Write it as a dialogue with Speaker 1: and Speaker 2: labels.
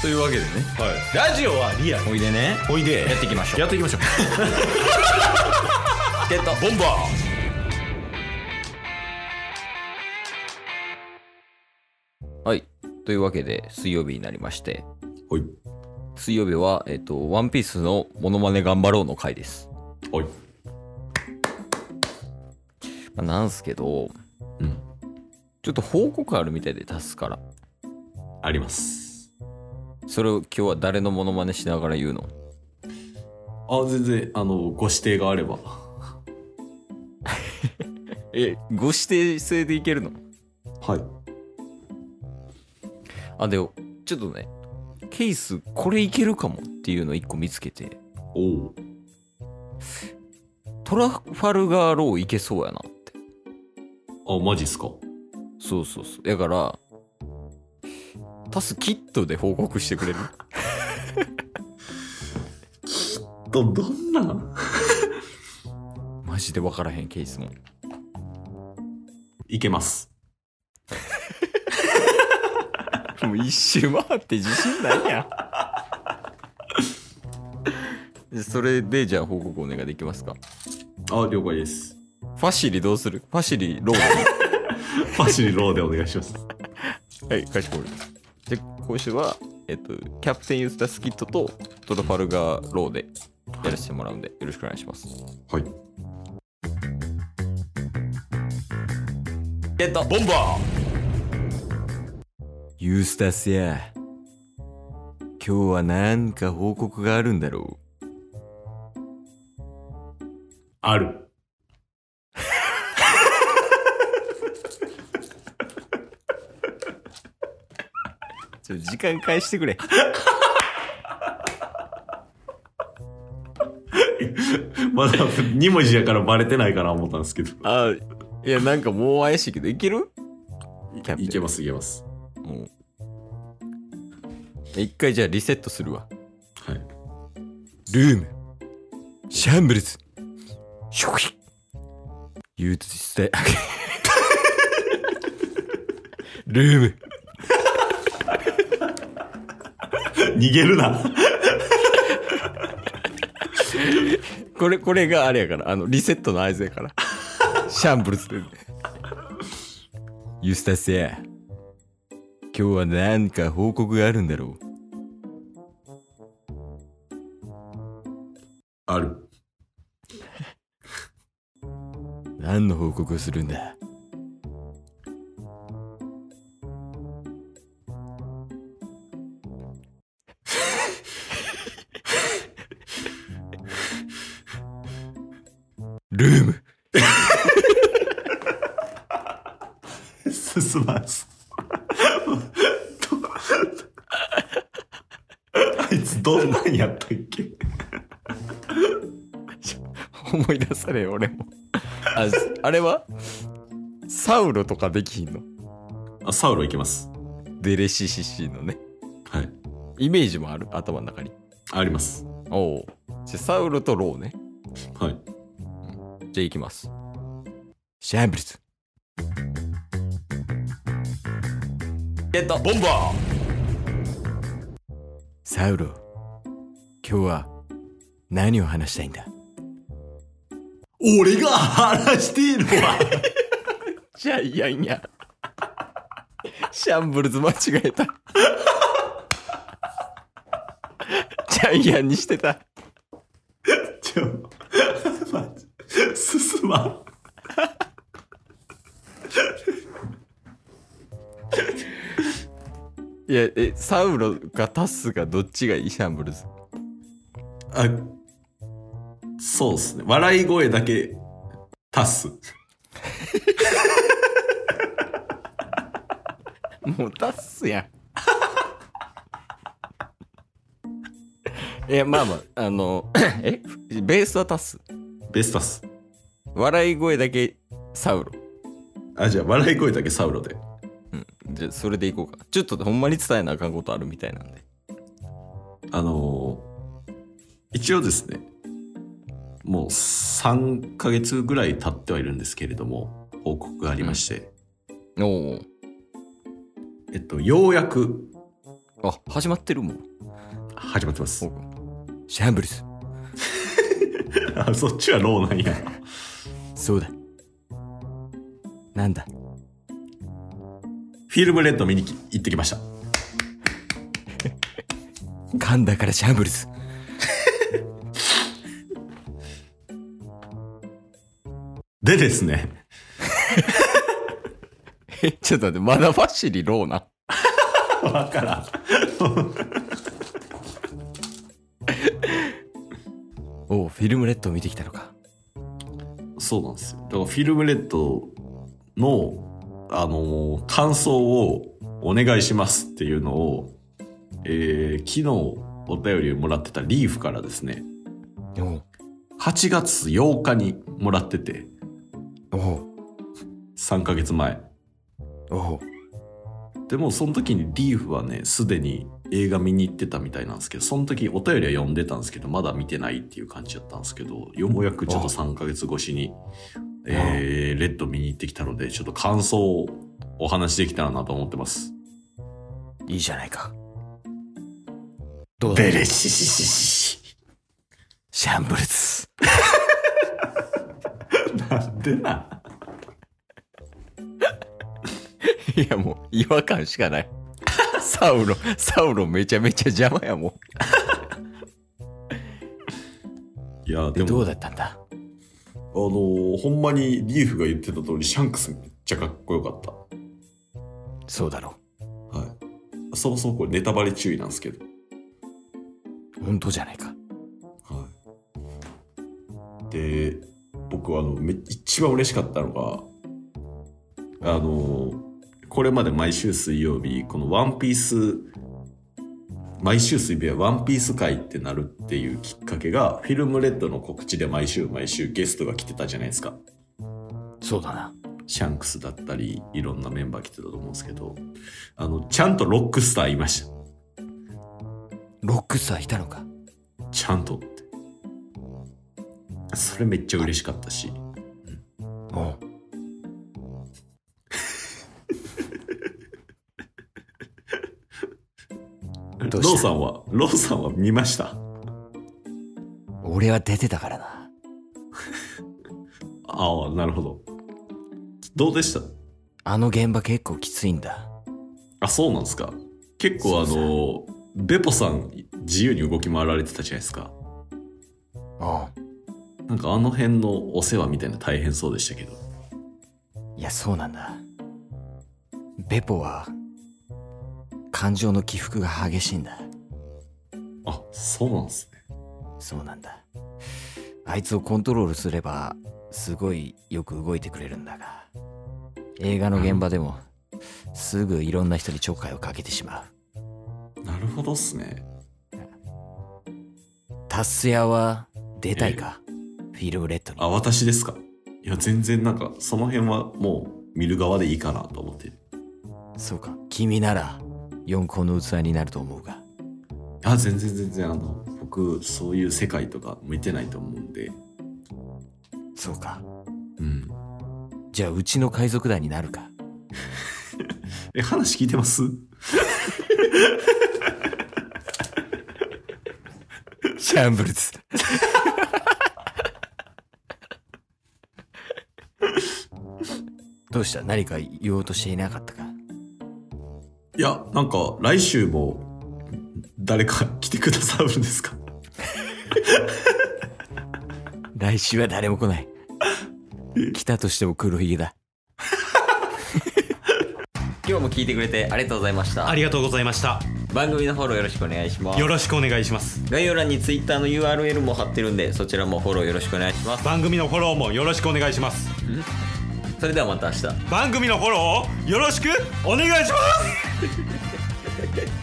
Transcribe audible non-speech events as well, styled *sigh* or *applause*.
Speaker 1: というわけでね
Speaker 2: はい、ラジオはリアル
Speaker 1: おいでね
Speaker 2: おいで
Speaker 1: やっていきましょう
Speaker 2: やっていきましょう
Speaker 1: ゲット
Speaker 2: ボンバ
Speaker 1: はいというわけで水曜日になりまして
Speaker 2: ーはい
Speaker 1: 水曜日は、えっと、ワンピースのモノマネ頑張ろうの回です。
Speaker 2: はい
Speaker 1: まあなんすけど、
Speaker 2: うん
Speaker 1: ちょっと報告あるみたいで、足すから。
Speaker 2: あります
Speaker 1: それを今日は誰のモノマネしながら言うの
Speaker 2: あ全然あのご指定があれば
Speaker 1: え、ご指定制でいけるの
Speaker 2: はい
Speaker 1: あ、でも、ちょっとね、ケース、これいけるかもっていうの一個見つけて、
Speaker 2: おう
Speaker 1: トラファルガーローいけそうやなって。
Speaker 2: あマジっすか
Speaker 1: そうそうそう。だから、タスキットで報告してくれる *laughs*
Speaker 2: どどんな
Speaker 1: マジで分からへんケースも。
Speaker 2: いけます
Speaker 1: もう一周回って自信ないやんで。それでじゃあ報告お願いできますか
Speaker 2: あ了解です
Speaker 1: ファシリどうするファシリロー
Speaker 2: ファシリローでお願いします
Speaker 1: マン *laughs* はい、かしこまりました。で、今週は、えっと、キャプテンユースタスキットとトロファルガーローでやらせてもらうんで、よろしくお願いします。
Speaker 2: はい
Speaker 1: ゲット
Speaker 2: ボンバ
Speaker 1: ユースタスや、今日はなんか報告があるんだろう。
Speaker 2: ーある
Speaker 1: ちょ、時間返してくれ。
Speaker 2: まだ2文字やからバレてないかな思ったんですけど
Speaker 1: *laughs* あ、いや、なんかもう怪しいけど、いける
Speaker 2: いけますいけます
Speaker 1: うん。一回じゃあリセットするわ。
Speaker 2: はい
Speaker 1: ルーム、シャンブルズ、ショキユー *laughs* スタ、ルーム、
Speaker 2: 逃げるな
Speaker 1: これ、これがあれやから、あの、リセットの合図やから。シャンブルズで。ユースタスや、今日は何か報告があるんだろう。
Speaker 2: ある
Speaker 1: 何の報告をするんだルーム
Speaker 2: 進ます *laughs* あいつどんなんやったっけ
Speaker 1: 思い出されよ俺も *laughs* ああれはサウロとかできひんの
Speaker 2: あサウロいけます
Speaker 1: デレシシシのね
Speaker 2: はい
Speaker 1: イメージもある頭の中に
Speaker 2: あります
Speaker 1: おおじゃあサウロとローね
Speaker 2: はい
Speaker 1: じゃあ行きます。シャンブルズ。ゲットボンバーサウロ、今日は何を話したいんだ
Speaker 2: 俺が話しているわ *laughs*
Speaker 1: じゃあいやいや。シャンブルズ間違えた。ジャイアンにしてた。
Speaker 2: ちょ、待って進まん。
Speaker 1: いや、え、サウロかタスかどっちがいいシャンブルズ。
Speaker 2: あ、そうっすね。笑い声だけ足す。
Speaker 1: もう出すやん。いや、まあまあ、あの、 *clears throat* えベースは足す。
Speaker 2: ベスタス。
Speaker 1: 笑い声だけサウロ。
Speaker 2: あ、じゃあ笑い声だけサウロで。
Speaker 1: じゃあそれでいこうか。ちょっとほんまに伝えなあかんことあるみたいなんで。
Speaker 2: あのー一応ですね、もう3ヶ月ぐらい経ってはいるんですけれども、報告がありまして、
Speaker 1: おお。
Speaker 2: えっと、ようやく
Speaker 1: あ、始まってるもん。
Speaker 2: 始まってます
Speaker 1: お。シャンブルス。
Speaker 2: あ *laughs* そっちはローなんや。
Speaker 1: そうだ。なんだ。
Speaker 2: フィルムレッド見にき行ってきました。
Speaker 1: 噛んだからシャンブルス。
Speaker 2: でですね、
Speaker 1: え、ちょっと待って、まだ走りローな。
Speaker 2: *laughs* わからん。
Speaker 1: おう、フィルムレッドを見てきたのか。
Speaker 2: そうなんですよ。だからフィルムレッドの、あのー感想をお願いしますっていうのを、えー昨日お便りをもらってたリーフからですね、
Speaker 1: おう、
Speaker 2: 8月8日にもらってて、
Speaker 1: おう、
Speaker 2: 3ヶ月前。
Speaker 1: おう。
Speaker 2: でもその時にリーフはね、すでに映画見に行ってたみたいなんですけど、その時お便りは読んでたんですけど、まだ見てないっていう感じだったんですけど、ようやくちょっと3ヶ月越しに、えー、レッド見に行ってきたので、ちょっと感想をお話しできたらなと思ってます。
Speaker 1: いいじゃないか。どうだ
Speaker 2: ベレシシシシシ。
Speaker 1: シャンブルス。
Speaker 2: なんでな。
Speaker 1: いやもう、違和感しかない。 *laughs* サウロン、サウロンめちゃめちゃ邪魔やもん。
Speaker 2: いや、で
Speaker 1: でど
Speaker 2: も、
Speaker 1: う
Speaker 2: あ
Speaker 1: だったんだ
Speaker 2: のーほんまにリーフが言ってた通り、シャンクスめっちゃかっこよかった。
Speaker 1: そうだろ
Speaker 2: はい。そもそもこれネタバレ注意なんですけど。
Speaker 1: う。本当じゃないか。
Speaker 2: はい。で、僕はあの、め一番嬉しかったのが、あのーこれまで毎週水曜日、このワンピース、毎週水曜日はワンピース会ってなるっていうきっかけが、フィルムレッドの告知で毎週毎週ゲストが来てたじゃないですか。
Speaker 1: そうだな。
Speaker 2: シャンクスだったり、いろんなメンバー来てたと思うんですけど、あの、ちゃんとロックスターいました。
Speaker 1: ロックスターいたのか。
Speaker 2: ちゃんとって。それめっちゃ嬉しかったし。
Speaker 1: おう。どうし
Speaker 2: ロ
Speaker 1: た
Speaker 2: ーさんは、ローさんは見ました
Speaker 1: 俺は出てたからな。
Speaker 2: ああ、なるほど。どうでした
Speaker 1: あの現場結構きついんだ。
Speaker 2: あ、そうなんですか。結構あ
Speaker 1: そう
Speaker 2: の、ベポさん自由に動き回られてたじゃないですか。
Speaker 1: おう
Speaker 2: なんかあの辺のお世話みたいな大変そうでしたけど。
Speaker 1: いや、そうなんだ。ベポは、感情の起伏が激しいんだ。
Speaker 2: あ、そうなんですね。
Speaker 1: そうなんだ。あいつをコントロールすれば、すごいよく動いてくれるんだが、映画の現場でも、すぐいろんな人にちょっかいをかけてしま
Speaker 2: なるほどっすね。
Speaker 1: う。タスヤは出たいか、フィルムレッドに。
Speaker 2: あ、私ですか。いや、全然なんか、その辺はもう見る側でいいかなと思って。
Speaker 1: そうか、君なら、四個の器になると思うが。
Speaker 2: あ、全然全然、あの、僕、そういう世界とか向いてないと思うんで。
Speaker 1: そうか。
Speaker 2: うん。
Speaker 1: じゃあ、うちの海賊団になるか。
Speaker 2: え、話聞いてます
Speaker 1: シャンブルズ。どうした何か言おうとしていなかったか
Speaker 2: いや、なんか、来週も、誰か来てくださるんですか
Speaker 1: 来週は誰も来ない。 *laughs* 来たとしても黒ひげだ。今日も聞いてくれてありがとうございました
Speaker 3: あ。りがとうございました。
Speaker 1: 番組のフォローよろしくお願いします
Speaker 3: よ。ろしくお願いします。
Speaker 1: 概要欄に Twitter の URL も貼ってるんで、そちらもフォローよろしくお願いします。
Speaker 3: 番組のフォローもよろしくお願いします。
Speaker 1: それではまた明日。
Speaker 3: 番組のフォローをよろしくお願いします